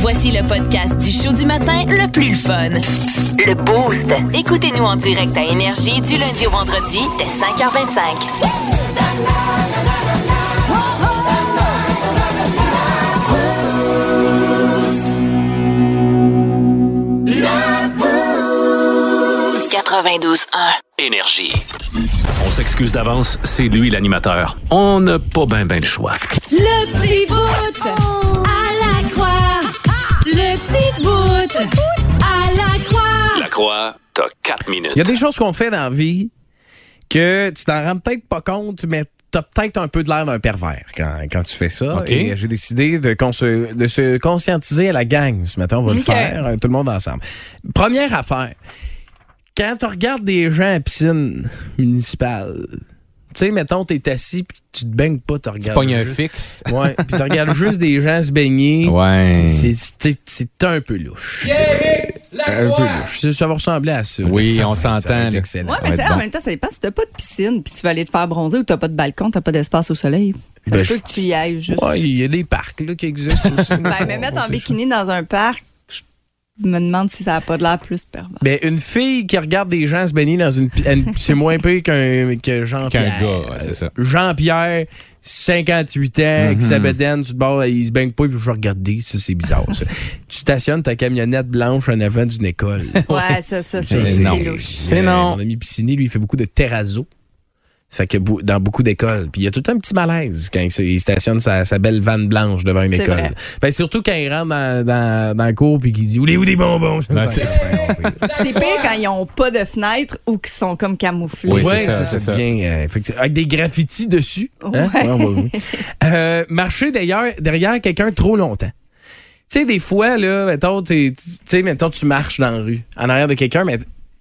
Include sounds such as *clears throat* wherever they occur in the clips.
Voici le podcast du show du matin le plus fun. Le Boost. Écoutez-nous en direct à Énergie du lundi au vendredi dès 5h25. La Boost. 92.1. Énergie. On s'excuse d'avance, c'est lui l'animateur. On n'a pas ben ben le choix. Le petit bout à la croix. Le petit bout à la croix. La croix, t'as 4 minutes. Il y a des choses qu'on fait dans la vie que tu t'en rends peut-être pas compte, mais t'as peut-être un peu de l'air d'un pervers quand, quand tu fais ça. OK. Et euh, j'ai décidé de, qu'on se- de se conscientiser à la gang ce matin. On va le faire, euh, tout le monde ensemble. Première affaire, quand tu regardes des gens à piscine municipale, tu sais, mettons, t'es assis puis tu te baignes pas, tu regardes. Pogne un juste- fixe. Ouais, puis tu regardes juste des gens se baigner. Ouais. C'est- C'est c'est un peu louche. Un peu louche. Ça- Ça va ressembler à ça. Oui, Ça on va- ça va s'entend, être là. excellent. Ouais, mais Ouais, ça, bon. en même temps, ça dépend. Si t'as pas de piscine, puis tu vas aller te faire bronzer ou t'as pas de balcon, t'as pas d'espace au soleil. Ça Ben, se peut je- que tu y ailles juste. Ouais, il y a des parcs là, qui existent aussi. *laughs* Ben, me mettre en bikini dans un parc, je me demande si ça a pas de l'air plus pervers. Ben, une fille qui regarde des gens se baigner dans une. pi- *laughs* une- c'est moins pire qu'un que Jean-Pierre. Qu'un Euh, gars, ouais, c'est ça. Jean-Pierre, 58 ans, avec sa bedaine, tu te bats, il se baigne pas, il veut juste regarder. Ça, c'est bizarre, ça. *laughs* tu stationnes ta camionnette blanche en avant d'une école. Ouais, ça, ça, c'est Mais c'est non. louche. C'est Euh, non. Mon ami Piscini, lui, il fait beaucoup de terrazzo. Ça fait que bou- dans beaucoup d'écoles. Puis il y a tout le temps un petit malaise quand il s- il stationne sa, sa belle vanne blanche devant une C'est école. vrai. Ben, surtout quand il rentre dans, dans, dans la cour puis qu'il dit Voulez-vous des bonbons Ben, c'est- Ça fait qu'on fait- C'est pire quand ils ont pas de fenêtre ou qu'ils sont comme camouflés. Oui, c'est Ouais, ça, ça, c'est ça ça. devient, euh, effectivement, avec des graffitis dessus. hein? Ouais. Ouais, on *laughs* va- oui. Euh, marcher d'ailleurs derrière quelqu'un trop longtemps. Tu sais, des fois, là, mettons, t'es- tu sais, mettons, tu marches dans la rue, en arrière de quelqu'un, mais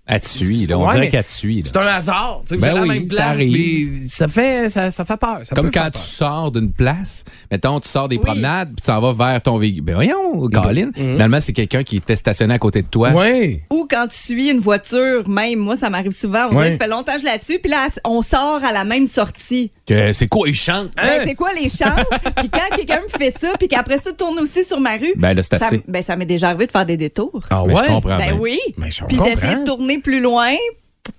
Elle te suit, là. On Ouais, mais dirait qu'elle te suit. là. C'est un hasard. Tu sais, vous Ben allez à la oui, même ça place, arrive. mais ça fait, ça, ça fait peur. ça Comme peut faire quand tu peur. sors d'une place, mettons, tu sors des promenades, puis tu t'en vas vers ton véhicule. Ben voyons, Colin. Finalement, c'est quelqu'un qui était stationné à côté de toi. Mhm. Ouais. Ou quand tu suis une voiture, même, moi, ça m'arrive souvent. On dirait Ouais. que ça fait longtemps que je la suis, puis là, on sort à la même sortie. Que C'est quoi, il chante? Hein? Hein? Ben, c'est quoi les chances? *laughs* puis quand quelqu'un me fait ça, puis qu'après ça, tourne aussi sur ma rue, Ben là, c'est ça, assez. ben, ça m'est déjà arrivé de faire des détours. Ah Ben, je comprends ben bien. oui. Mais ça, on Puis d'essayer comprend. de tourner plus loin.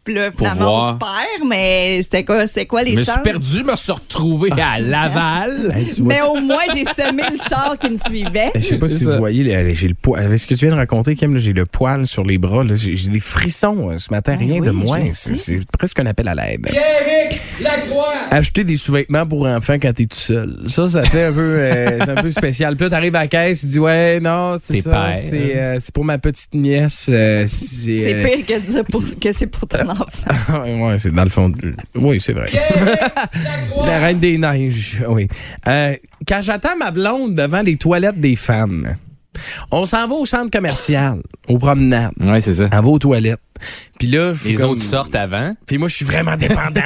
Puis là, finalement, on voir. se perd, mais c'était quoi, c'est quoi Je les me suis chances? perdu, me suis retrouvé Ah. à Laval. Hey, tu vois, Mais Ben, au moins, j'ai semé le char qui me suivait. tu- je sais pas si vous voyez, là, j'ai le poil. Avec ce que tu viens de raconter, Kim, là, j'ai le poil sur les bras. là. J'ai j'ai des frissons euh, ce matin, Ben rien de moins. C'est c'est presque un appel à l'aide. Acheter des sous-vêtements pour enfants quand t'es tout seul. Ça, ça fait un peu, euh, c'est un *laughs* peu spécial. Puis là, t'arrives à la caisse, tu dis Ouais, non, c'est T'es ça. père. hein. C'est euh, c'est pour ma petite nièce. euh, c'est C'est euh, pire que de dire pour, que c'est pour ton enfant. *laughs* Ah, ouais, c'est dans le fond. de- Oui, c'est vrai. la reine des neiges, oui. Euh, quand j'attends ma blonde devant les toilettes des femmes, on s'en va au centre commercial, aux promenades. Oui, c'est ça. On va aux toilettes. Puis là, je suis Les comme- autres sortent avant. Puis moi, je suis vraiment *laughs* dépendant.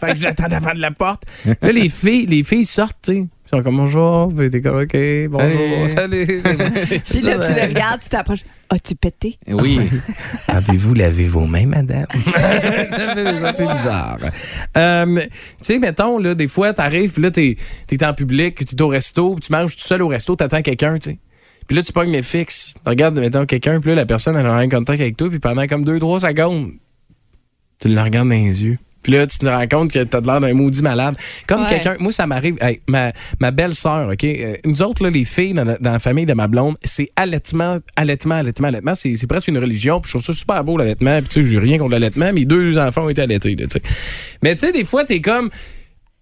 fait que j'attends devant de la porte. Là, les filles, les filles sortent, tu sais. Ils sont comme bonjour, puis t'es comme OK, bonjour, salut. c'est bon. *laughs* Puis là, tu le regardes, tu t'approches. As-tu pété? Oui. Avez-vous lavé vos mains, madame? *laughs* ça, fait, ça fait bizarre. Euh, tu sais, mettons, là, des fois, t'arrives, puis là, t'es, t'es en public, t'es au resto, puis tu manges tout seul au resto, t'attends quelqu'un, tu sais. Puis là, tu pognes les fixes. Tu regardes, mettons, quelqu'un, puis là, la personne, elle a un contact avec toi, puis pendant comme deux, trois secondes, tu la regardes dans les yeux. Puis là, tu te rends compte que t'as de l'air d'un maudit malade. Comme Ouais. quelqu'un. Moi, ça m'arrive. hey, ma ma belle-sœur, OK? euh, nous autres, là, les filles dans, la- dans la famille de ma blonde, c'est allaitement, allaitement, allaitement, allaitement. C'est c'est presque une religion. Puis je trouve ça super beau, l'allaitement. Puis tu sais, j'ai rien contre l'allaitement. Mes deux enfants ont été allaités, là, tu sais. Mais tu sais, des fois, t'es comme.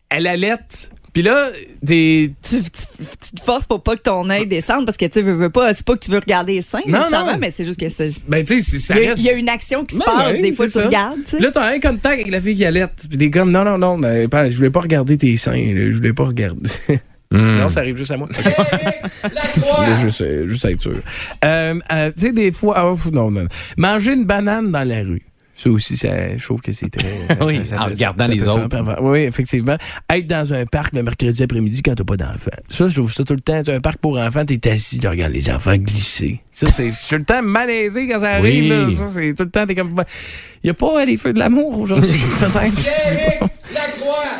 Elle allaite. Puis là, t'es. Tu, tu- tu te forces pour pas que ton œil descende parce que tu veux, veux pas. C'est pas que tu veux regarder les seins, Non, nécessairement, non. mais c'est juste que c'est. Ben, tu sais, c'est- ça Il y a- reste- il y a une action qui se Non, passe. ouais, des fois, Ben c'est tu ça. regardes. tu sais. Là, t'as un contact avec la fille qui allaite. Puis t'es comme, non, non, non, mais pas- je voulais pas regarder tes seins. là, Je voulais pas regarder. *laughs* Hmm. Non, ça arrive juste à moi. *laughs* Je voulais juste, euh, juste être sûr. Euh, euh, tu sais, des fois, ah, pff, non, non. Manger une banane dans la rue. Ça aussi, ça, je trouve que c'est très. *laughs* ça- Oui, ça- en ça- regardant ça les peut faire autres. peur. Oui, effectivement. Être dans un parc le mercredi après-midi quand t'as pas d'enfants. Ça, je trouve ça tout le temps. Tu as un parc pour enfants, t'es assis, tu regardes les enfants glisser. Ça, c'est c'est tout le temps malaisé quand ça arrive. Oui. là. Ça, c'est tout le temps, t'es comme. Il n'y a pas euh, les feux de l'amour aujourd'hui, peut-être. je sais pas.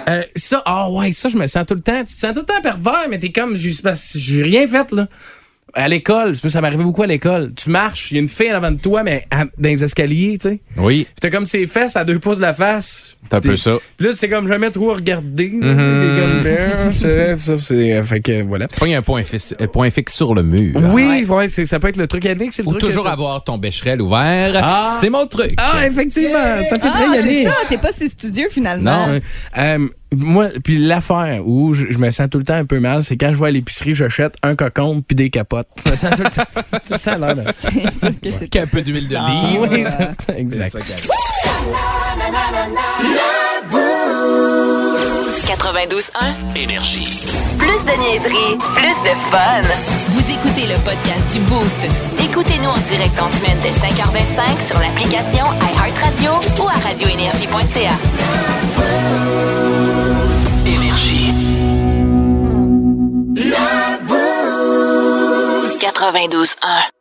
Euh, ça, ah ouais, ça, je me sens tout le temps. Tu te sens tout le temps pervers, mais t'es comme, j'ai parce que j'ai rien fait, là. À l'école, ça m'arrivait beaucoup à l'école. Tu marches, il y a une fille en avant de toi, mais à- dans les escaliers, tu sais. *laughs* Oui. Puis t'as comme ses fesses à deux pouces de la face. C'est un peu T'es- ça. Puis là, c'est comme jamais trop regarder. T'es comme, ben, c'est- ça, c'est. euh, Fait que voilà. Pogne un point fixe, un point fixe sur le mur. Oui, ouais. c'est- ça peut être le truc annexe. c'est le Ou truc toujours que- avoir ton bécherel ouvert. Ah. C'est mon truc. Ah, effectivement, ça fait Ah, très c'est Yannick. ça, t'es pas si studieux finalement. Non. Ouais. Euh, moi, puis l'affaire où je, je me sens tout le temps un peu mal, c'est quand je vais à l'épicerie, j'achète un cocon puis des capotes. Je me sens tout le temps, *laughs* tout le temps l'air de- *laughs* C'est sûr que c'est Qu'un peu d'huile de Ah, lit. Oui, c'est ça, exact. 92.1. Énergie. Plus de niaiserie, plus de fun. Vous écoutez le podcast du Boost. Écoutez-nous en direct en semaine dès 5h25 sur l'application iHeartRadio ou à radioénergie.ca. Énergie. 92.1.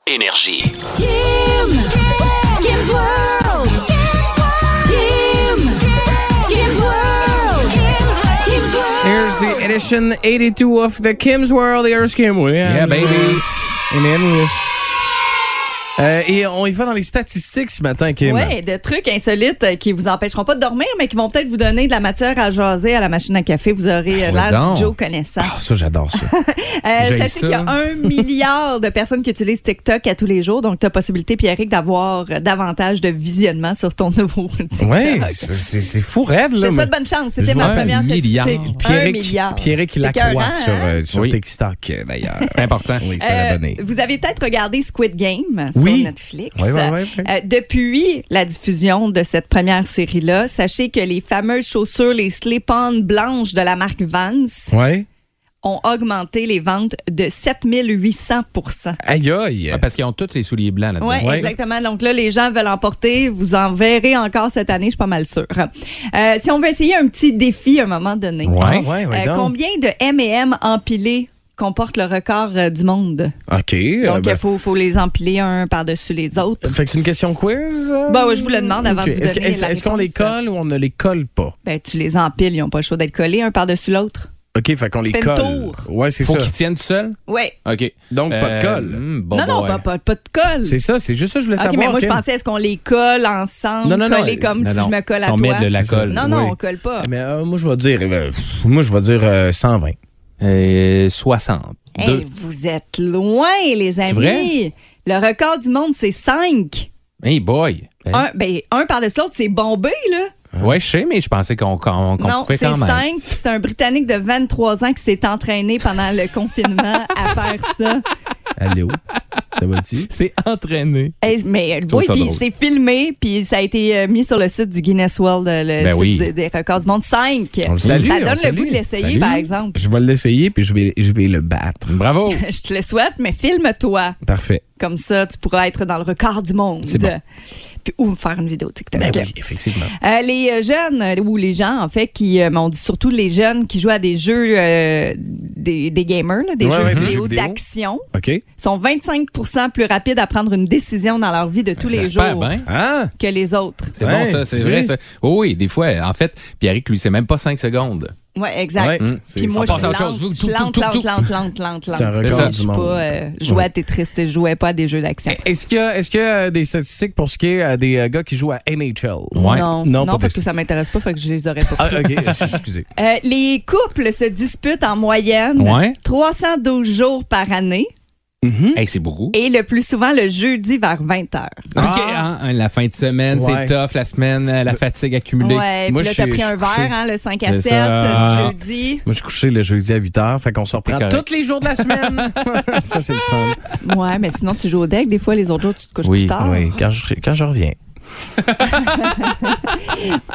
Énergie. Kim! Kim's World! Kim! Kim's World! Kim's World! Here's the edition 82 of the Kim's World. Here's Kim Williams. Yeah, baby. In English. Euh, et on y va dans les statistiques ce matin, Kim. Ouais, de trucs insolites euh, qui vous empêcheront pas de dormir, mais qui vont peut-être vous donner de la matière à jaser à la machine à café. Vous aurez euh, Ah, l'air donc. du Joe connaissant. Ah, ça, j'adore *laughs* ça. Euh, j'haïs sachez Ah, ça. qu'il y a *laughs* un milliard de personnes qui utilisent TikTok à tous les jours, donc tu as possibilité, Pierrick, d'avoir euh, davantage de visionnement sur ton *laughs* nouveau TikTok. ouais, c'est- c'est c'est fou raide, Je là. te mais- souhaite bonne chance. C'était Je vois ma un première milliard. statistique. Un milliard. Pierrick, Pierrick il C'est accroît écœurant, sur, hein? euh, sur Oui. TikTok, euh, d'ailleurs. C'est important. Oui, c'est Euh, un abonné. vous avez peut-être regardé Squid Game Oui. sur Netflix. Oui, oui, oui, oui. Euh, depuis la diffusion de cette première série-là, sachez que les fameuses chaussures, les slip-on blanches de la marque Vans Ouais. ont augmenté les ventes de 7800 Aïe, aïe. Ah, parce qu'ils ont tous les souliers blancs là-dedans. Oui, Ouais. exactement. Donc là, les gens veulent en porter. Vous en verrez encore cette année, je suis pas mal sûre. Euh, si on veut essayer un petit défi à un moment donné. Ouais, ouais, ouais, Euh, donc. combien de M&M empilés comporte le record euh, du monde? OK. euh, Donc, il ben, faut, faut les empiler un par-dessus les autres. Fait que c'est une question quiz? euh? Ben ouais, je vous le demande avant Ok. de vous Est-ce que- donner Est-ce la est-ce qu'on les réponse. hein. colle ou on ne les colle pas? Ben, tu les empiles, ils n'ont pas le choix d'être collés un par-dessus l'autre. OK, fait qu'on les fais le colle. tour. Ouais, c'est Faut ça. qu'ils tiennent tout seuls. Oui. OK. Donc, pas de colle. hum, bon non, non, boy. pas, pas, pas de colle. C'est ça, c'est juste ça que je voulais OK, savoir. mais moi, je Kim. pensais, est-ce qu'on les colle ensemble? Non, non, non, coller comme non, si non. je me colle Si à on toi? met de la C'est ça. colle. Non, non, Oui. on colle pas. Mais euh, moi, je vais dire, euh, pff, moi, je vais dire euh, 120. Euh, 60. Hey, Deux. vous êtes loin, les vrai? amis. Le record du monde, c'est 5. Hey boy. Un, ben, un par-dessus l'autre, c'est bombé, là. Ouais, je sais, mais je pensais qu'on qu'on- qu'on non, pouvait c'est quand même. 5. C'est un Britannique de 23 ans qui s'est entraîné pendant le confinement *laughs* à faire ça. Allô? ça va-tu? C'est entraîné. Hey, mais trouve oui, ça puis drôle. c'est filmé, puis ça a été euh, mis sur le site du Guinness World, euh, le Ben site oui. du- des records du monde. 5. On le salue, ça on donne le salue. goût de l'essayer, Salut. par exemple. *laughs* Je vais l'essayer, puis je vais, je vais le battre. Bravo. Je te le souhaite, mais filme-toi. Parfait. Comme ça, tu pourras être dans le record du monde. C'est bon. Puis, ou faire une vidéo TikTok. Ben oui, effectivement. Euh, les euh, jeunes, euh, ou les gens, en fait, qui, euh, mais on dit surtout les jeunes qui jouent à des jeux, euh, des, des gamers, là, des, Ouais, jeux ouais, des jeux vidéo vidéo. d'action, OK. sont 25 plus rapides à prendre une décision dans leur vie de tous les J'espère jours bien. Ah! que les autres. C'est Ouais, bon, ça, c'est c'est vrai, vrai. ça. Oh oui, des fois, en fait, Pierrick, lui, c'est même pas 5 secondes. Oui, exact. Ouais. Puis Mm. C'est- on moi, je passe suis à autre lente, chose. Vous, je suis tout, lente, tout, lente, tout. lente, lente, lente, C'est un record lente. du Je suis monde. pas, euh, je jouais à Tetris, tu sais, je jouais pas à des jeux d'action. Est-ce qu'il y a, est-ce qu'il y a des statistiques pour ce qui est euh, des euh, gars qui jouent à NHL? Non, Non, pas des non, parce que ça statistiques. m'intéresse pas, fait que je les aurais pas. Ah, OK, *laughs* excusez. Euh, les couples se disputent en moyenne Ouais. 312 jours par année Hmm? Hey, c'est beaucoup. et le plus souvent le jeudi vers 20 h. OK, hein, la fin de semaine, Ouais. c'est tough. La semaine, euh, la fatigue accumulée. Ouais, moi, puis là, je t'as suis- pris je un suis couché. verre, hein, le 5 à C'est 7, ça. euh, du jeudi. Moi, je suis couché le jeudi à 8 h, fait qu'on se reprend C'est correct. tous les jours de la semaine. *laughs* ça, c'est le fun. Ouais, mais sinon, tu joues au deck. Des fois, les autres jours, tu te couches Oui, plus tard. Oui, quand je, quand je reviens.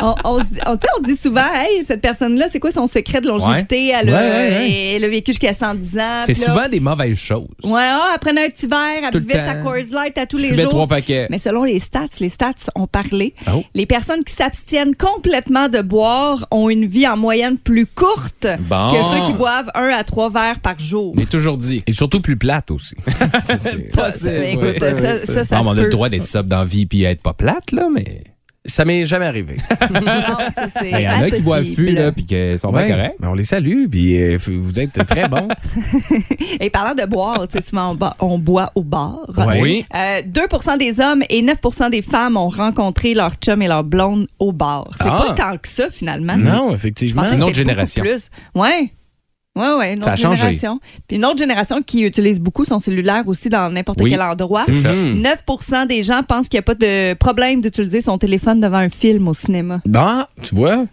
On, on se dit- on- tu sais, on dit souvent, hey, cette personne-là, c'est quoi son secret de longévité? Elle, a, Ouais, ouais, ouais. elle a vécu jusqu'à 110 ans. C'est puis là, souvent des mauvaises choses. Ouais, ah, elle prenait un petit Tout verre, elle le buvait temps. sa Coors Light à tous Je les mets jours. trois paquets. Mais selon les stats, les stats ont parlé. Oh. Les personnes qui s'abstiennent complètement de boire ont une vie en moyenne plus courte Bon. que ceux qui boivent un à trois verres par jour. J'ai toujours *laughs* dit. Et surtout plus plate aussi. Ça, c'est- Ça, ça, écoute, ça, Non, ça, ça Ah, mais se on a le peut. droit d'être sobre dans la vie puis être pas plate, là, mais. *laughs* Ça m'est jamais arrivé. *laughs* Non, ça, c'est Ben, Il y en a qui impossible. boivent plus, là, puis qui sont Ouais, bien corrects. mais on les salue, puis euh, f- vous êtes très bons. Et parlant de boire, tu sais, souvent on, bo- on boit au bar. Ouais. *laughs* Oui. Euh, 2 des hommes et 9 des femmes ont rencontré leur chum et leur blonde au bar. C'est Ah. pas tant que ça, finalement. non, Je effectivement. pensais que une autre c'était beaucoup génération. Plus. Ouais. Ouais, ouais, une Ça a autre changé. génération. Puis une autre génération qui utilise beaucoup son cellulaire aussi dans n'importe Oui, quel endroit. c'est ça. 9 des gens pensent qu'il n'y a pas de problème d'utiliser son téléphone devant un film au cinéma. Ah, tu vois?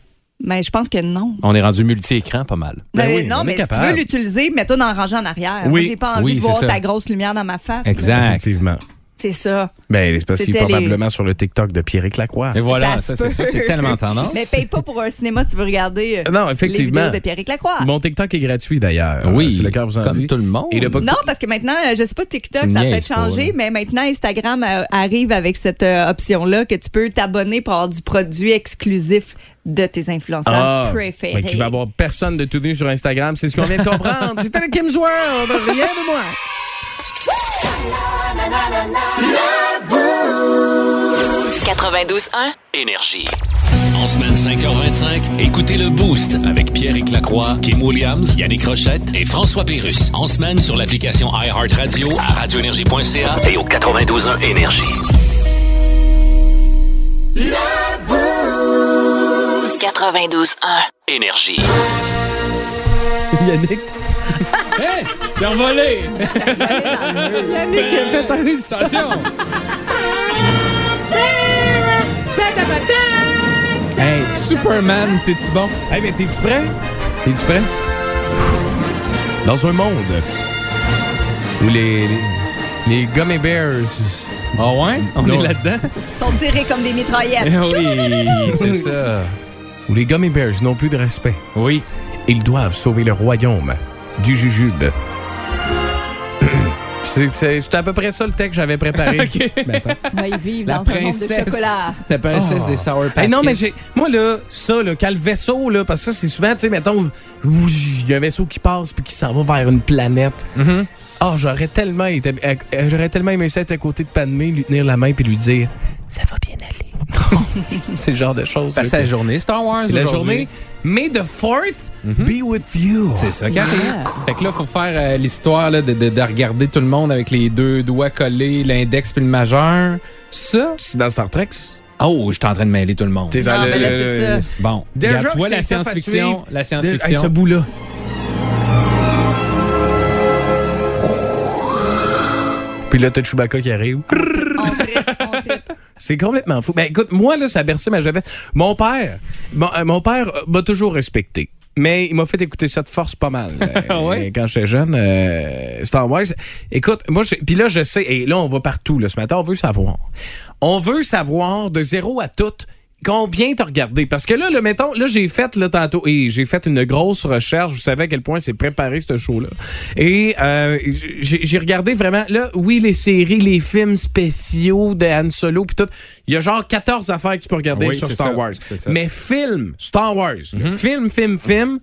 Mais je pense que non. On est rendu multi-écran pas mal. Ben Mais oui, on non, est mais si tu capable. veux l'utiliser, mets-toi dans le rangé en arrière. Moi, Oui, j'ai pas envie oui, de c'est voir ça. ta grosse lumière dans ma face. Exact. Effectivement. C'est ça. Ben, c'est parce qu'il est C'était les- probablement sur le TikTok de Pierrick Lacroix. Et voilà, se ça, c'est peut. ça, c'est tellement tendance. Mais paye pas pour un cinéma si tu veux regarder euh, Ah Non, les effectivement. vidéos de Pierre Lacroix. Mon TikTok est gratuit d'ailleurs. Euh, Oui, Ah, c'est le cœur vous en comme dit. tout le monde. Et le pas- Non, parce que maintenant, euh, je sais pas, TikTok, Tu ça a niaises peut-être pas, changé, là. mais maintenant, Instagram euh, arrive avec cette euh, option-là que tu peux t'abonner pour avoir du produit exclusif de tes influenceurs Ah, préférés. ben, qu'il va y avoir personne de tout nu sur Instagram, c'est ce qu'on vient de comprendre. *laughs* C'était le Kim's World, rien de moins. La Bouche. 92.1. Énergie. En semaine 5h25, écoutez le Boost avec Pierre Lacroix, Kim Williams, Yannick Rochette et François Pérus. En semaine sur l'application iHeartRadio à radioénergie.ca et au 92.1 Énergie. La Bouche. 92.1. Énergie. Yannick, *laughs* Hey, j'ai volé! Yannick, j'ai fait un Attention! Hey, Superman, c'est-tu bon? Hey, mais t'es-tu prêt? T'es-tu prêt? Ouh. Dans un monde où les, les, les gummy bears. Ah ouais? On Non. est là-dedans? Ils sont tirés comme des mitraillettes. *laughs* Eh *laughs* oui, c'est ça. Où les gummy bears n'ont plus de respect. Oui. Ils doivent sauver le royaume du jujube. *clears throat* C'est- c'est- C'était à peu près ça le texte que *laughs* j'avais préparé Ben, ce matin. Moi, ils vivent La dans un monde de princesse. chocolat. La princesse Ah. des Sour Patch Hey, non, mais Kids. j'ai. Moi, là, ça, là, quand le vaisseau, là, parce que ça, c'est souvent, tu sais, mettons, il y a un vaisseau qui passe puis qui s'en va vers une planète. Mhm. Ah, j'aurais tellement été. euh, euh, J'aurais tellement aimé ça être à côté de Padmé, lui tenir la main puis lui dire Ça va bien aller. *laughs* c'est le genre de choses. Parce que C'est là, la que- journée Star Wars. C'est la aujourd'hui. journée. May the 4th be with you. C'est ça, Carré. Fait que là, faut faire euh, l'histoire là, de, de- de regarder tout le monde avec les deux doigts collés, l'index puis le majeur. Ça? C'est dans Star Trek. Oh, je suis en train de mêler tout le monde. T'es dans Non, mais Ah, ben là, c'est ça. Bon, Déjà regarde, que tu vois c'est la tough à science-fiction, suivre. la Hey, science-fiction. ce bout-là. Puis là, t'as Chewbacca qui arrive. On tripe, on tripe. C'est complètement fou. Ben écoute, moi là, ça a bercé ma jeunesse. Mon père, mon, euh, mon père euh, m'a toujours respecté. Mais il m'a fait écouter ça de force *laughs* pas mal. Euh, Ouais. Quand j'étais jeune, euh, Star Wars. Écoute, moi, je- puis là, je sais, et là, on va partout, là, ce matin, on veut savoir. On veut savoir de zéro à toutes combien t'as regardé. Parce que là, le mettons, là, j'ai fait, là, tantôt, et j'ai fait une grosse recherche. Vous savez à quel point c'est préparé, ce show-là. Et euh, j'ai j'ai regardé vraiment, là, oui, les séries, les films spéciaux de Han Solo, puis tout. Il y a genre 14 affaires que tu peux regarder Oui, sur c'est Star ça, Wars. c'est ça. Mm-hmm. Mais film, Star Wars, là, film, film, film,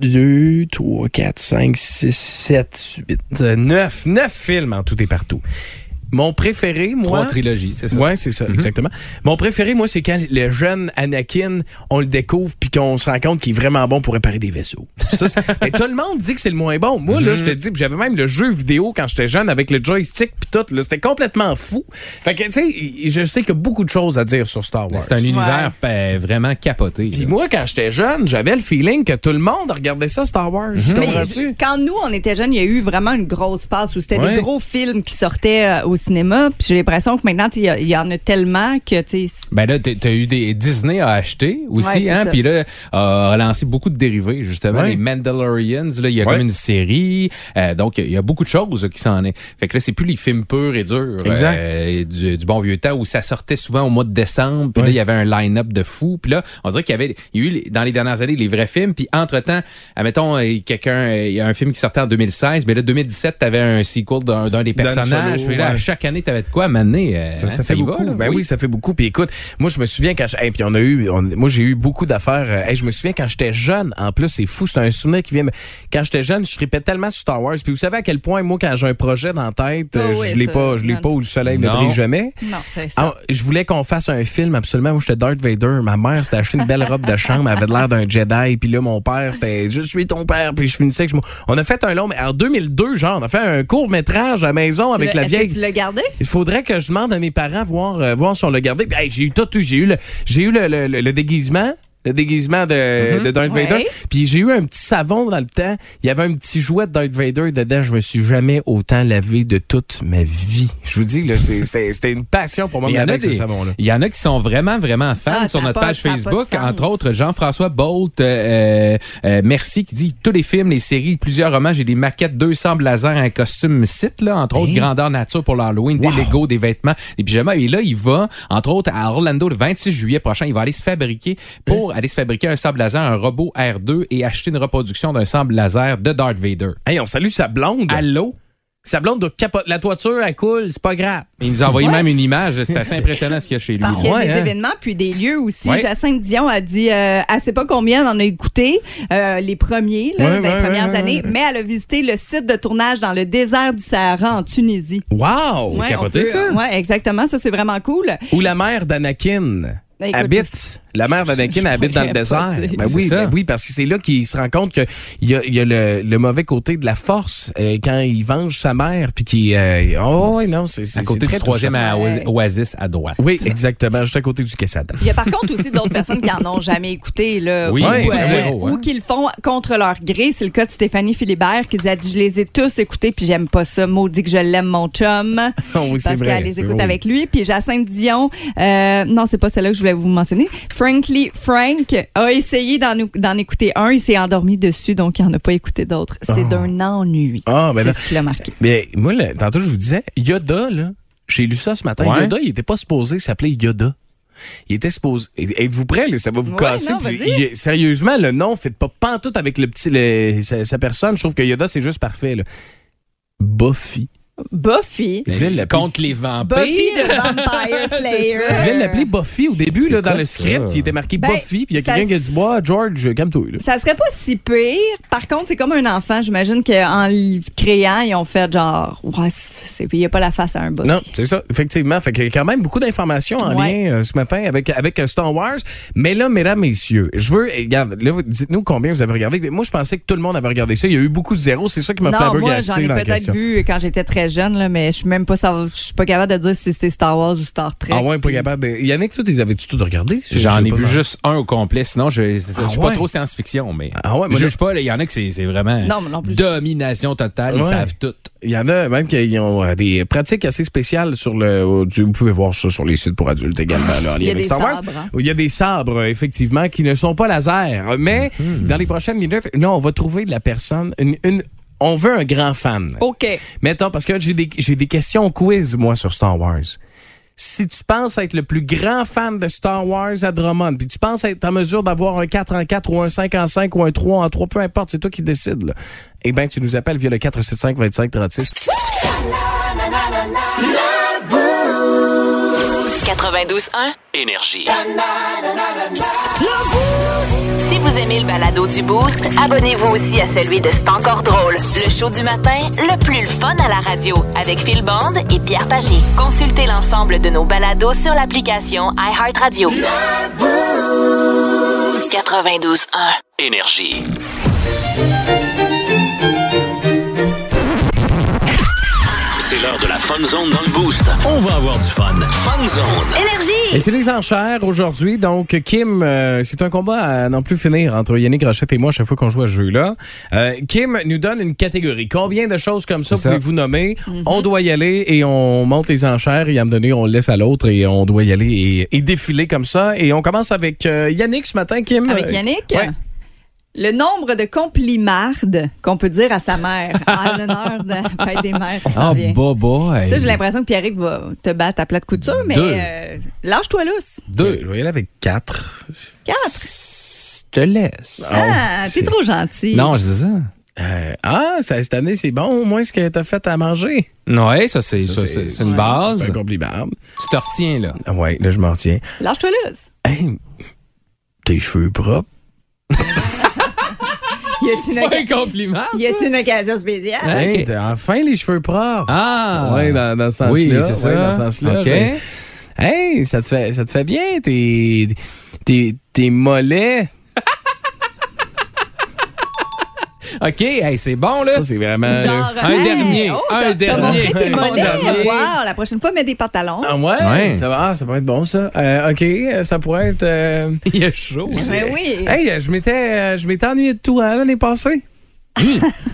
2, 3, 4, 5, 6, 7, 8, 9. 9 films en tout et partout. Mon préféré, moi. Trois trilogies, Mm-hmm. c'est ça. Ouais, c'est ça, exactement. Mon préféré, moi, c'est quand le jeune Anakin, on le découvre puis qu'on se rend compte qu'il est vraiment bon pour réparer des vaisseaux. Ça, *laughs* c'est- Mais tout le monde dit que c'est le moins bon. Moi, Mm-hmm. là, je te dis, puis j'avais même le jeu vidéo quand j'étais jeune avec le joystick puis tout. là, C'était complètement fou. Fait que, tu sais, je sais qu'il y a beaucoup de choses à dire sur Star Wars. C'est un univers ben, vraiment capoté. Puis là. moi, quand j'étais jeune, j'avais le feeling que tout le monde regardait ça, Star Wars. Tu Mm-hmm. comprends-tu? Mais quand nous, on était jeunes, il y a eu vraiment une grosse passe où c'était Ouais. des gros films qui sortaient euh, au cinéma. Puis j'ai l'impression que maintenant, tu sais, il y a- il y, en a tellement que, tu sais, Ben là, t'as t'as eu des Disney à acheter Ouais, aussi, c'est hein. ça. Puis là, a lancé beaucoup de dérivés, justement. Ouais. Les Mandalorians, là, il y a Ouais. comme une série. Euh, donc, il y a beaucoup de choses qui s'en est. Fait que là, c'est plus les films purs et durs. Exact. euh, du, du bon vieux temps où ça sortait souvent au mois de décembre. Puis là, Ouais. il y avait un line-up de fou. Puis là, on dirait qu'il y avait, il y a eu les- dans les dernières années les vrais films. Puis entre-temps, admettons, euh, quelqu'un, euh, il y a un film qui sortait en 2016. Mais là, 2017, t'avais un sequel d'un d'un des Dan personnages. Solo, Puis là, ouais. à chaque année, t'avais de quoi m'amener. euh, Ça, hein, ça fait y va, beaucoup. là, ben oui. ça fait beaucoup. Puis écoute, moi je me souviens quand je, hey, puis on a eu, on- moi j'ai eu beaucoup d'affaires. euh, hey, je me souviens quand j'étais jeune. En plus, c'est fou, c'est un souvenir qui vient. me- Quand j'étais jeune, je répète tellement sur Star Wars. Puis vous savez à quel point moi quand j'ai un projet dans la tête, euh, Ah je oui, l'ai ça, pas, je l'ai non. Mm. pas où le soleil ne Non. brille jamais. Non, c'est Ah, ça. je voulais qu'on fasse un film absolument où j'étais Darth Vader. Ma mère s'était acheté une belle robe de chambre, elle avait l'air d'un Jedi. Puis là, mon père, c'était Je suis ton père. Puis je finissais que je. m'en- On a fait un long. mais En 2002, genre, on a fait un court métrage à la maison Tu avec l'as- la est-ce que vieille. tu l'as gardé? Il faudrait que je demande à mes parents voir, euh, voir si on l'a gardé. Puis, hey, j'ai eu tout, eu. j'ai eu le, j'ai eu le, le- le- le déguisement. Le déguisement de, Mhm. de Darth Ouais. Vader. Puis j'ai eu un petit savon dans le temps. Il y avait un petit jouet de Darth Vader dedans. Je me suis jamais autant lavé de toute ma vie. Je vous dis, là, *laughs* c'est- c'est- c'était une passion pour moi de Il me y, en laver a avec ce des- savon-là. il y en a qui sont vraiment, vraiment fans Ah, sur ça a notre pas- page ça a pas de Facebook. sens. Entre autres, Jean-François Bolt, euh, euh, merci, qui dit tous les films, les séries, plusieurs hommages et des maquettes, 200 blazers, un costume site, là, entre autres, grandeur nature pour l'Halloween, des Legos, des vêtements, des pyjamas. Et là, il va, entre autres, à Orlando le 26 juillet prochain, il va aller se fabriquer pour aller se fabriquer un sable laser, un robot R2 et acheter une reproduction d'un sable laser de Darth Vader. Hey, on salue sa blonde. Allô? Sa blonde doit capoter. La toiture, elle coule, c'est pas grave. Il nous a envoyé même une image, c'est assez impressionnant ce qu'il y a chez lui. Parce qu'il y a Ouais, des hein. événements, puis des lieux aussi. Ouais. Jacinthe Dion a dit, euh, elle sait pas combien elle en a écouté, euh, les premiers, là, Ouais, dans les ouais, premières ouais, ouais, années, mais elle a visité le site de tournage dans le désert du Sahara en Tunisie. Wow! Ouais, on capoté, peut- euh, ça? Ouais, exactement. Ça, c'est vraiment cool. Ou la mère d'Anakin Ben, écoute, habite. La mère d'Anakin je habite dans le pourrais désert. pas dire. Ben C'est oui, ça. ben oui, parce que c'est là qu'il se rend compte qu'il y a, il y a le, le mauvais côté de la force euh, quand il venge sa mère, puis qu'il. euh, oh, ouais, non, c'est. c'est- à côté c'est très du troisième touchant. à Oasis, Oasis à droite. Oui, exactement. Juste à côté du Quesada. Il y a par contre aussi d'autres personnes qui en ont jamais écouté, *laughs* là, Oui, ou, euh, ouais, écoute, zéro, hein. ou qui le font contre leur gré. C'est le cas de Stéphanie Philibert qui a dit Je les ai tous écoutés, puis j'aime pas ça. Maudit que je l'aime, mon chum. Oh *laughs* oui, c'est parce vrai. qu'elle les écoute Oui. avec lui. Puis Jacinthe Dion, euh, non, c'est pas celle-là que je voulais vous mentionner. Frankly, Frank a essayé d'en d'en écouter un. Il s'est endormi dessus, donc il en a pas écouté d'autres. C'est d'un ennui. Ah, ben c'est là. ce qui l'a marqué. Mais moi, là, tantôt, je vous disais, Yoda, là, j'ai lu ça ce matin. Ouais. Yoda, il était pas supposé s'appeler Yoda. Il était supposé. Êtes-vous prêts, là? Ça va vous Ouais, casser. non, puis- vas-y. il- sérieusement, le nom fait pas pantoute avec le petit, le- sa, sa personne. Je trouve que Yoda, c'est juste parfait, là. Buffy. Euh. Buffy. Je voulais l'appeler- Contre les vampires. Buffy de Vampire Slayer. Je voulais l'appeler Buffy au début, C'est là, dans quoi le ça? script. Il était marqué Ben, Buffy, puis il y a ça quelqu'un qui a dit s- Moi, George, calme-toi. là. Ça serait pas si pire. Par contre, c'est comme un enfant. J'imagine qu'en le créant, ils ont fait genre, ouais, c'est- il n'y a pas la face à un boss. Non, c'est ça, effectivement. Fait qu'il y a quand même beaucoup d'informations en Ouais. lien euh, ce matin avec, avec euh, Star Wars. Mais là, mesdames, messieurs, je veux. eh, Regarde, là, vous- dites-nous combien vous avez regardé. Mais Moi, je pensais que tout le monde avait regardé ça. Il y a eu beaucoup de zéros. C'est ça qui m'a fait Non, moi, j'en flabbergaster ai dans la peut-être question. vu quand j'étais très jeune, là, mais je suis même pas, sav- je suis pas capable de dire si c'était Star Wars ou Star Trek. Ah ouais, pas capable de. Yannick, toi, les avais-tu tout regardé? J'en ai pas vu dans- juste un au complet, sinon je, c'est ça, Ah je suis ouais? pas trop science-fiction, mais Ah ouais, je moi, juge pas, là, il y en a que c'est, c'est vraiment Non, mais non plus. domination totale, ils Ouais. savent tout. Il y en a même qui ont euh, des pratiques assez spéciales sur le. euh, du- Vous pouvez voir ça sur les sites pour adultes également. là, en lien Il y a avec des Star Wars. sabres, hein. Il y a des sabres, euh, effectivement, qui ne sont pas laser. Mais dans les prochaines minutes, là, on va trouver de la personne. Une, une- on veut un grand fan. OK. Mettons, parce que j'ai des, j'ai des questions quiz, moi, sur Star Wars. Si tu penses être le plus grand fan de Star Wars à Drummond, puis tu penses être en mesure d'avoir un 4 en 4 ou un 5 en 5 ou un 3 en 3, peu importe, c'est toi qui décides. là. Eh bien, tu nous appelles via le 475-2536. 92.1 Énergie. Si vous aimez le balado du Boost, abonnez-vous aussi à celui de C'est encore drôle. Le show du matin, le plus le fun à la radio, avec Phil Bond et Pierre Pagé. Consultez l'ensemble de nos balados sur l'application iHeartRadio. 92.1. Énergie. C'est l'heure de la Fun Zone dans le Boost. On va avoir du fun. Fun Zone. Et c'est les enchères aujourd'hui. Donc, Kim, euh, c'est un combat à n'en plus finir entre Yannick Rochette et moi chaque fois qu'on joue à ce jeu-là. Euh, Kim nous donne une catégorie. Combien de choses comme ça C'est ça. pouvez-vous nommer? Mhm. On doit y aller et on monte les enchères et à me donner, on le laisse à l'autre et on doit y aller et, et défiler comme ça. Et on commence avec euh, Yannick ce matin, Kim. Avec Euh, Yannick. ouais. Le nombre de complimardes qu'on peut dire à sa *laughs* mère en l'honneur de la fête des mères qui s'en Ah, vient. bah, bah. Ça, hey. j'ai l'impression que Pierrick va te battre à plat de couture, mais Deux. euh, lâche-toi lousse. Euh, Deux. Je vais y aller avec quatre. Quatre. Je te laisse. Ah, t'es c'est- trop gentil. Oh, Non, je dis ça. Euh, ah, ça- cette année, c'est bon, au moins ce que t'as fait à manger. Ouais, ça, c'est ça, c'est- c'est une C'est base. un compliment. Tu te retiens, là. Ah Ouais, là, je m'en retiens. Lâche-toi là. Hey, tes cheveux propres. Y a-tu une, Pas oca- un compliment. y a-tu une occasion spéciale? Ah, Hey, ok. t'as enfin les cheveux propres. Ah! Ouais, dans, dans ce sens-là. oui, c'est ça. Ouais, dans ce sens-là. ben. OK. Ouais. Hey, ça te fait, ça te fait bien, tes, tes, tes mollets. OK, hey, c'est bon, là. Ça, c'est vraiment. Genre, euh, hein? Oh, un dernier, un t'as- dernier, T'as montré tes un mollets. dernier. Wow, la prochaine fois, mets des pantalons. Ah ouais? Ouais. Ça va, ah, ça pourrait être bon, ça. Euh, OK, euh, ça pourrait être... euh, Il est chaud. Ben oui. Hey, euh, je m'étais euh, je m'étais ennuyé de tout hein, l'année passée.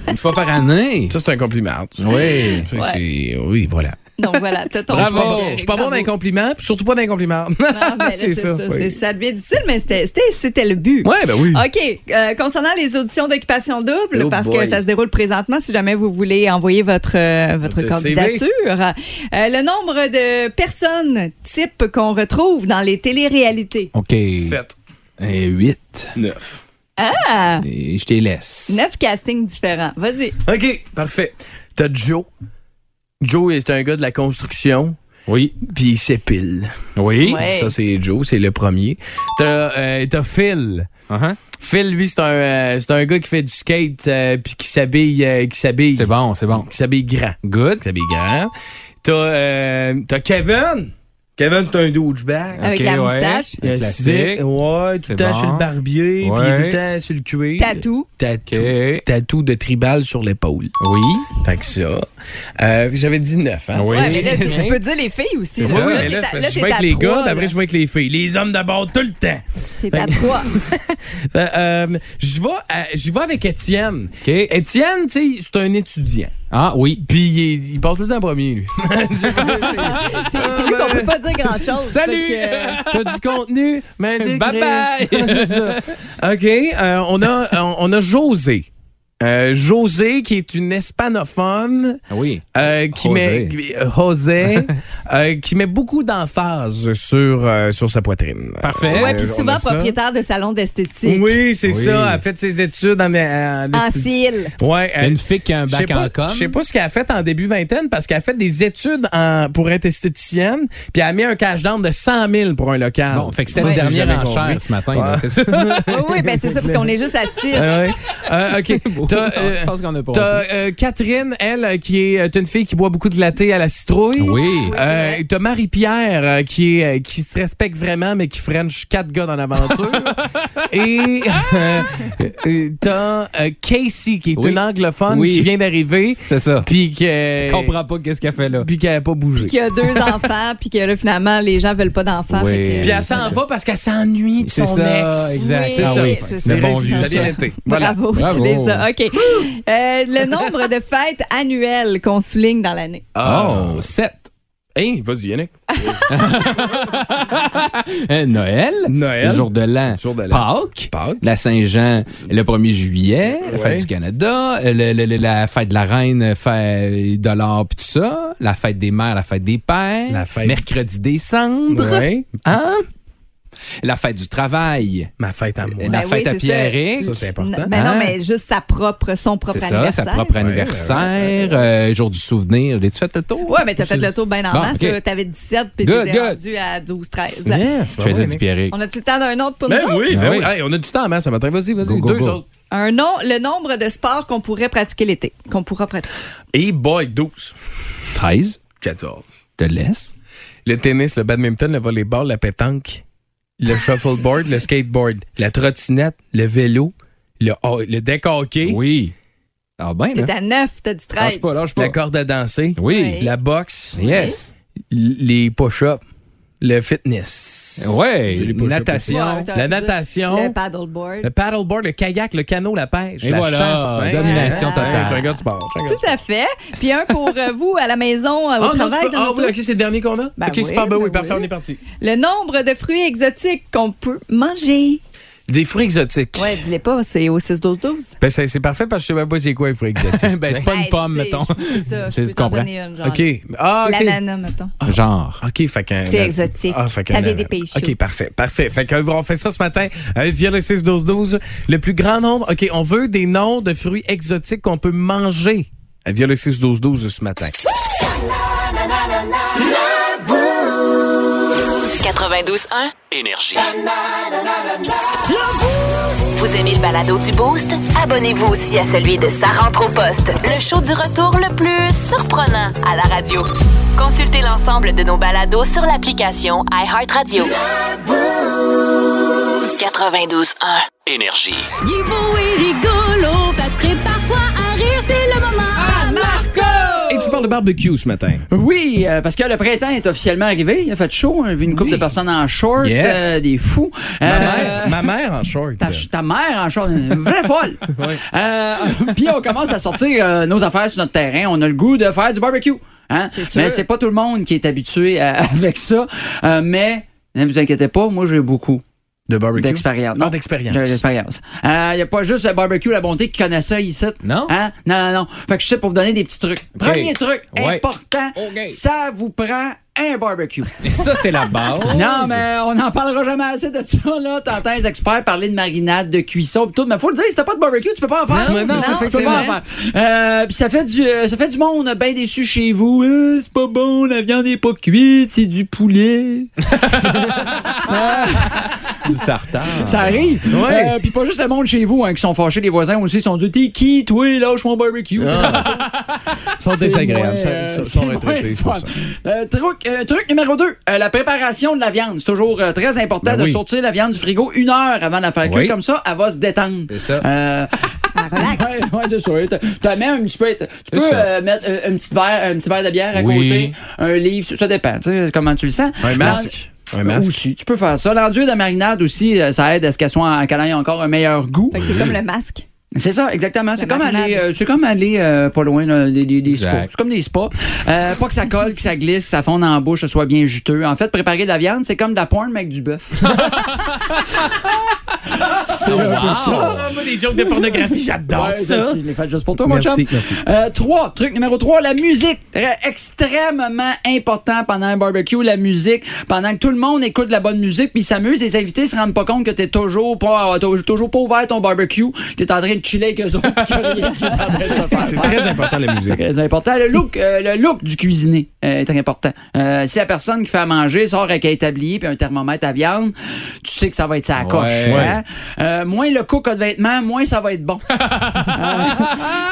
Une fois par année. Ça, c'est un compliment. Oui. Ça, c'est- Oui, voilà. Donc voilà, t'as ton Bravo. choix, Pierre. Je suis pas bon dans les compliments, puis surtout pas dans les compliments. *laughs* Ah, ben là, c'est ça. oui. c'est- Ça devient difficile, mais c'était- c'était c'était le but. Ouais, ben oui. OK. euh, concernant les auditions d'occupation double, Oh parce que boy. ça se déroule présentement, si jamais vous voulez envoyer votre, euh, votre Votre CV. candidature, euh, le nombre de personnes type qu'on retrouve dans les téléréalités. OK. 7, Et 8. 9. Ah! Et Euh, je te laisse. Neuf castings différents. Vas-y. OK, parfait. T'as Joe. Joe, c'est un gars de la construction, Oui. puis il s'épile. Oui. Ouais. Ça, c'est Joe, c'est le premier. T'as euh, t'as Phil. Uh-huh. Phil, lui, c'est un, euh, c'est un gars qui fait du skate, euh, puis qui s'habille euh, qui s'habille C'est bon, c'est bon. qui s'habille grand. Good. Qui s'habille grand. T'as euh, t'as Kevin. Kevin, c'est un douchebag. Avec OK, la ouais. moustache. Il a un Classique. civic, Ouais, tout C'est le temps bon. chez le barbier, puis il Ouais. est tout le temps sur le cuir. Tatou. Tatou. OK. Tatou de tribal sur l'épaule. Oui. Fait que ça. Euh, J'avais 19, hein? Oui. Ouais, mais là, tu, tu peux dire les filles C'est aussi. Oui, ça. oui, Là, mais t'es là, à- c'est parce que je t'es vais avec à les trois, gars, puis là. après, je vais avec les filles. Les hommes d'abord, tout le temps. T'es *laughs* à trois. Fait, euh, je vais à- je vais avec Étienne. OK. Étienne, tu sais, c'est un étudiant. Ah, oui. Puis il, est- il passe tout le temps premier, lui. C'est c'est lui qu'on peut pas dire grand-chose. Salut! parce T'as du contenu? Mais des Bye-bye! *laughs* OK, euh, on, a, on- on a José. Euh, José, qui est une hispanophone, Ah Oui. euh, qui José. met qui- euh, *laughs* José, euh, qui met beaucoup d'emphase sur, euh, sur sa poitrine. Euh, que- Parfait. Ouais, puis on a souvent ça. propriétaire de salon d'esthétique. Oui, c'est Oui. ça. Elle a fait ses études en, en, En cils. Ouais, euh, Une fille qui a un je sais bac pas- en com. Je sais pas ce qu'elle a fait en début vingtaine parce qu'elle a fait des études en- pour être esthéticienne, puis elle a mis un cash down de 100 000 pour un local. Bon, fait que c'était Ça, une j'ai dernière jamais enchère compris. ce matin, là, Ouais. c'est ça? Oui, *laughs* oui, ben c'est ça, parce qu'on est juste à six. Ah ouais. *laughs* Euh, *laughs* OK. T'as, euh, Je pense qu'on a pas t'as, euh, Catherine, elle, euh, qui est euh, t'as une fille qui boit beaucoup de latte à la citrouille. Oui. Euh, t'as Marie-Pierre euh, qui, est, euh, qui se respecte vraiment, mais qui french quatre gars dans l'aventure. Et euh, euh, t'as euh, Casey, qui est Oui. une anglophone Oui. qui vient d'arriver, C'est ça. puis que. Je comprends pas qu'est-ce qu'elle fait là. Puis qu'elle n'a pas bougé. Qu'il y a deux enfants, puis que là, finalement, les gens veulent pas d'enfants. Oui. fait que- Puis elle s'en va parce qu'elle s'ennuie de C'est son ça, ex. exact. C'est Ah ça. oui, c'est ça. Le bon vieux, vieux, ça a bien ça. été. Voilà. Bravo, Bravo. tu les as. OK. Euh, le nombre de fêtes annuelles qu'on souligne dans l'année. Ah. Oh, 7. Hey, vas-y, Yannick. Euh, Noël. Noël. Le jour de l'an. Jour de l'an. Pâques. Pâques. La Saint-Jean, le 1er juillet. La Ouais. fête du Canada. euh, le- le- le- la fête de la reine, fête de l'or, puis tout ça. La fête des mères, la fête des pères. La fête- Mercredi décembre. Ouais. Hein? La fête du travail. Ma fête à moi. La Ben fête oui, à c'est ça. Pierre-Éric. Ça, c'est important. N- ben Ah. non, mais juste sa propre, son propre C'est ça, anniversaire. sa propre anniversaire, euh, jour du souvenir. L'as-tu fait le tour? Ouais, mais t'as fait le tour ben. bien en Bon, masse. ok. là. T'avais 17, puis Good, t'étais good. rendu à 12, 13. Yes, Je faisais du Pierrick. On a tout le temps d'un autre pour Ben nous autres? oui, ben Ah oui. oui. Hey, on a du temps, hein, ce matin. Vas-y, vas-y. Go, go, Deux go. autres. Un nom, le nombre de sports qu'on pourrait pratiquer l'été, qu'on pourra pratiquer. Et boy, 12. 13, 14. te laisse. Le tennis, le badminton, le volleyball, la pétanque, le shuffleboard, le skateboard, la trottinette, le vélo, le, ho- le deck hockey, Oui. Ah ben, T'es là. à 9, t'as dit 13. Ah, Lâche Ah, pas, lâche pas. la corde à danser, Oui. la boxe, Yes. l- les push-ups, le fitness. Ouais, C'est les push-ups natation. aussi. Ouais, La Le natation, paddleboard. le paddleboard, le kayak, le canot, la pêche, Et la voilà, chasse. hein. domination Hein, totale. Je regarde du sport. je regarde du Tout à fait. Puis un pour euh, vous à la maison, euh, au Ah, non, travail. tu peux- dans ah, l'auto. oui, ok, c'est le dernier qu'on a? Ben ok, oui, super, ben ben oui, parfait, oui. on est parti. Le nombre de fruits exotiques qu'on peut manger. Des fruits exotiques. Ouais, dis-les pas, c'est au 6-12-12. Ben, c'est c'est parfait parce que je sais même pas c'est quoi les fruits exotiques. ben, c'est pas Ben, une je- pomme, tu sais, mettons. je- *laughs* C'est ça, je C'est- peux tu t'en comprends. donner une, genre. OK. Ah, OK. L'ananas, mettons. Genre. OK, fait qu'un. C'est exotique. Ah, fait qu'un- Ça vient des pays chauds. OK, parfait, parfait. Fait qu'on on fait ça ce matin euh, via le 6-12-12. Le plus grand nombre. OK, on veut des noms de fruits exotiques qu'on peut manger euh, via le 6-12-12 ce matin. 92.1. Énergie. Vous aimez le balado du Boost? Abonnez-vous aussi à celui de Sa rentre au poste, le show du retour le plus surprenant à la radio. Consultez l'ensemble de nos balados sur l'application iHeartRadio. 92.1. Énergie. Il est beau et rigolo. Fait que prépare-toi à rire, c'est le moment. À Marco! Et tu parles de barbecue ce matin. Oui, euh, parce que le printemps est officiellement arrivé. Il a fait chaud. On a vu une couple de personnes en short, Yes. euh, des fous. Ma, Euh, mère, ma mère en short. ta, ta mère en short, une vraie *laughs* folle. Euh, Puis on commence à sortir euh, nos affaires sur notre terrain. On a le goût de faire du barbecue. Hein? sûr. Mais c'est pas tout le monde qui est habitué à- *laughs* avec ça. Euh, mais ne vous inquiétez pas, moi j'ai beaucoup. De barbecue. D'expérience. Non, Non, d'expérience. J'ai l'expérience. Il n'y a pas juste le barbecue, la bonté qui connaît ça ici. Non? Hein? Non, non, non. Fait que je sais pour vous donner des petits trucs. Premier truc Ouais. important, Ok. ça vous prend un barbecue. Et ça, c'est la base. Oh. Non, mais on n'en parlera jamais assez de ça, là. T'entends les experts parler de marinade, de cuisson, pis tout. Mais faut le dire, si t'as pas de barbecue, tu peux pas en faire. Non, mais non, c'est tu peux pas en faire. Euh, pis ça fait du, euh, ça fait du monde bien déçu chez vous. Euh, c'est pas bon, la viande est pas cuite, c'est du poulet. Du tartare. Ça arrive. Ouais. Euh, puis pas juste le monde chez vous hein, qui sont fâchés, les voisins aussi sont dit T'es qui, toi, lâche mon barbecue. Ah, Ah. *laughs* Ils sont C'est désagréables. moins, euh, Ils sont, sont c'est retraités, moins c'est pour fun. ça. Euh, truc, euh, truc numéro 2, la préparation de la viande. C'est toujours euh, très important Ben de oui. sortir la viande du frigo une heure avant de la faire cuire. Oui. Comme ça, elle va se détendre. C'est ça. Euh, Relax. ouais, ouais, c'est ça. Tu mets un petit peu. Tu peux ça. euh, mettre euh, un petit verre, un petit verre de bière à Oui. côté, un livre, ça dépend. Tu sais comment tu le sens. Un masque. Un Ben, masque. Aussi, tu peux faire ça. L'enduit de marinade aussi, euh, ça aide à ce qu'elle soit en qu'elle ait encore un meilleur goût. Fait que c'est comme le masque. C'est ça, exactement. C'est comme, marinade. aller, euh, c'est comme aller euh, pas loin là, des, des, des Exact. spas. C'est comme des spas. Euh, pas que ça colle, que ça glisse, que ça fonde en bouche, que ce soit bien juteux. En fait, préparer de la viande, c'est comme de la pointe, mais avec du bœuf. Oh, c'est un peu ça. Ah, moi, des jokes de pornographie, j'adore Ouais, merci, je l'ai fait juste pour toi, mon Merci, chum. merci. Euh, trois, truc numéro trois, la musique. Très- extrêmement important pendant un barbecue, la musique. Pendant que tout le monde écoute de la bonne musique, puis s'amuse, les invités se rendent pas compte que t'es toujours pas, t'as toujours pas ouvert ton barbecue. T'es en train de chiller avec eux autres. *laughs* que rien qui est en train de se faire. C'est très important, la musique. C'est très important. Le look, euh, le look du cuisinier euh, est très important. Euh, si la personne qui fait à manger sort avec un établi puis un thermomètre à viande, tu sais que ça va être sa coche. Ouais. hein? Euh, moins le cook a de vêtements, moins ça va *laughs* être bon. Euh,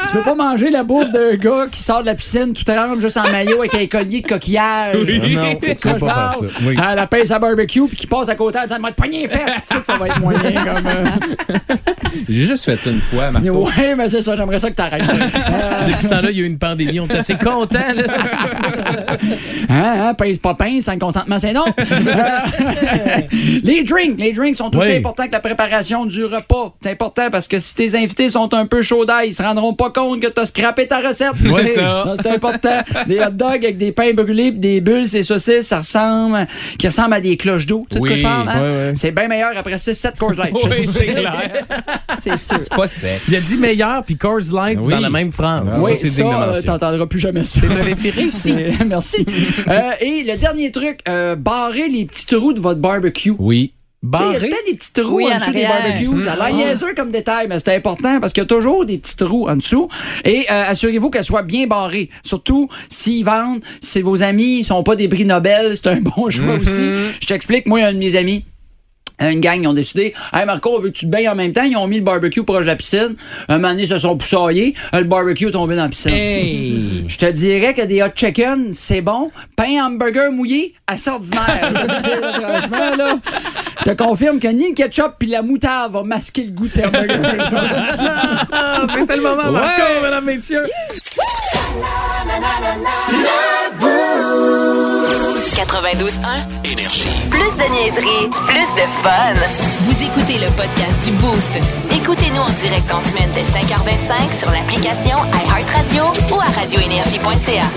tu peux pas manger la bouffe d'un gars qui sort de la piscine tout tremble juste en maillot avec un collier de Ah coquillage. non, tu peux Je pas faire parle. ça. Oui. À la pince à barbecue puis qui passe à côté en disant Moi, te poigner les fesses. Tu sais que ça va être moyen *laughs* comme. euh, *laughs* J'ai juste fait ça une fois, Marco. Ouais, mais c'est ça, j'aimerais ça que t'arrêtes. Euh, Depuis ce temps-là, il y a eu une pandémie. On était assez contents, *laughs* là. Hein, hein, pince pas pince, sans *laughs* consentement, c'est non. Euh, les drinks, les drinks sont aussi Oui. importants que la préparation du repas. C'est important parce que si tes invités sont un peu chauds d'ail, ils se rendront pas compte que t'as scrappé ta recette. *laughs* Ouais, ça. c'est important. Des hot dogs avec des pains brûlés, pis des bulles, et saucisses, ça ressemble, qui ressemble à des cloches d'eau. Tu sais de quoi Oui, je parle, hein? ouais, ouais. C'est bien meilleur après 6-7 courses light. *laughs* c'est clair. *laughs* C'est sûr. Pas sec. Il a dit meilleur puis Coors Light Oui. dans la même phrase. Oui, ça, c'est digne de euh, mention. t'entendras plus jamais ça. C'est un effet réussi. *laughs* C'est- Merci. Euh, et le dernier truc, euh, barrez les petits trous de votre barbecue. Oui. Tu sais, Il y a Barré. peut-être des petits trous Oui, en en dessous des arrière. barbecues. Ça a l'air niaiseux comme détail, mais c'est important parce qu'il y a toujours des petits trous en dessous. Et euh, assurez-vous qu'elles soient bien barrées. Surtout s'ils vendent, si vos amis sont pas des prix Nobel, c'est un bon *laughs* choix aussi. Je t'explique, moi, un de mes amis, une gang, ils ont décidé, hey Marco, on veut que tu te baignes en même temps. Ils ont mis le barbecue proche de la piscine. Un moment donné, ils se sont poussaillés. Le barbecue est tombé dans la piscine. Hey! *laughs* Je te dirais que des hot chicken, c'est bon. Pain hamburger mouillé, assez ordinaire. Je te dirais, Franchement, là, je te confirme que ni le ketchup puis la moutarde va masquer le goût de ces hamburgers. C'était le moment, Marco, mesdames, messieurs. 92.1. Énergie. Plus de niaiserie, plus de fun. Vous écoutez le podcast du Boost. Écoutez-nous en direct en semaine dès 5h25 sur l'application iHeartRadio ou à radioénergie.ca.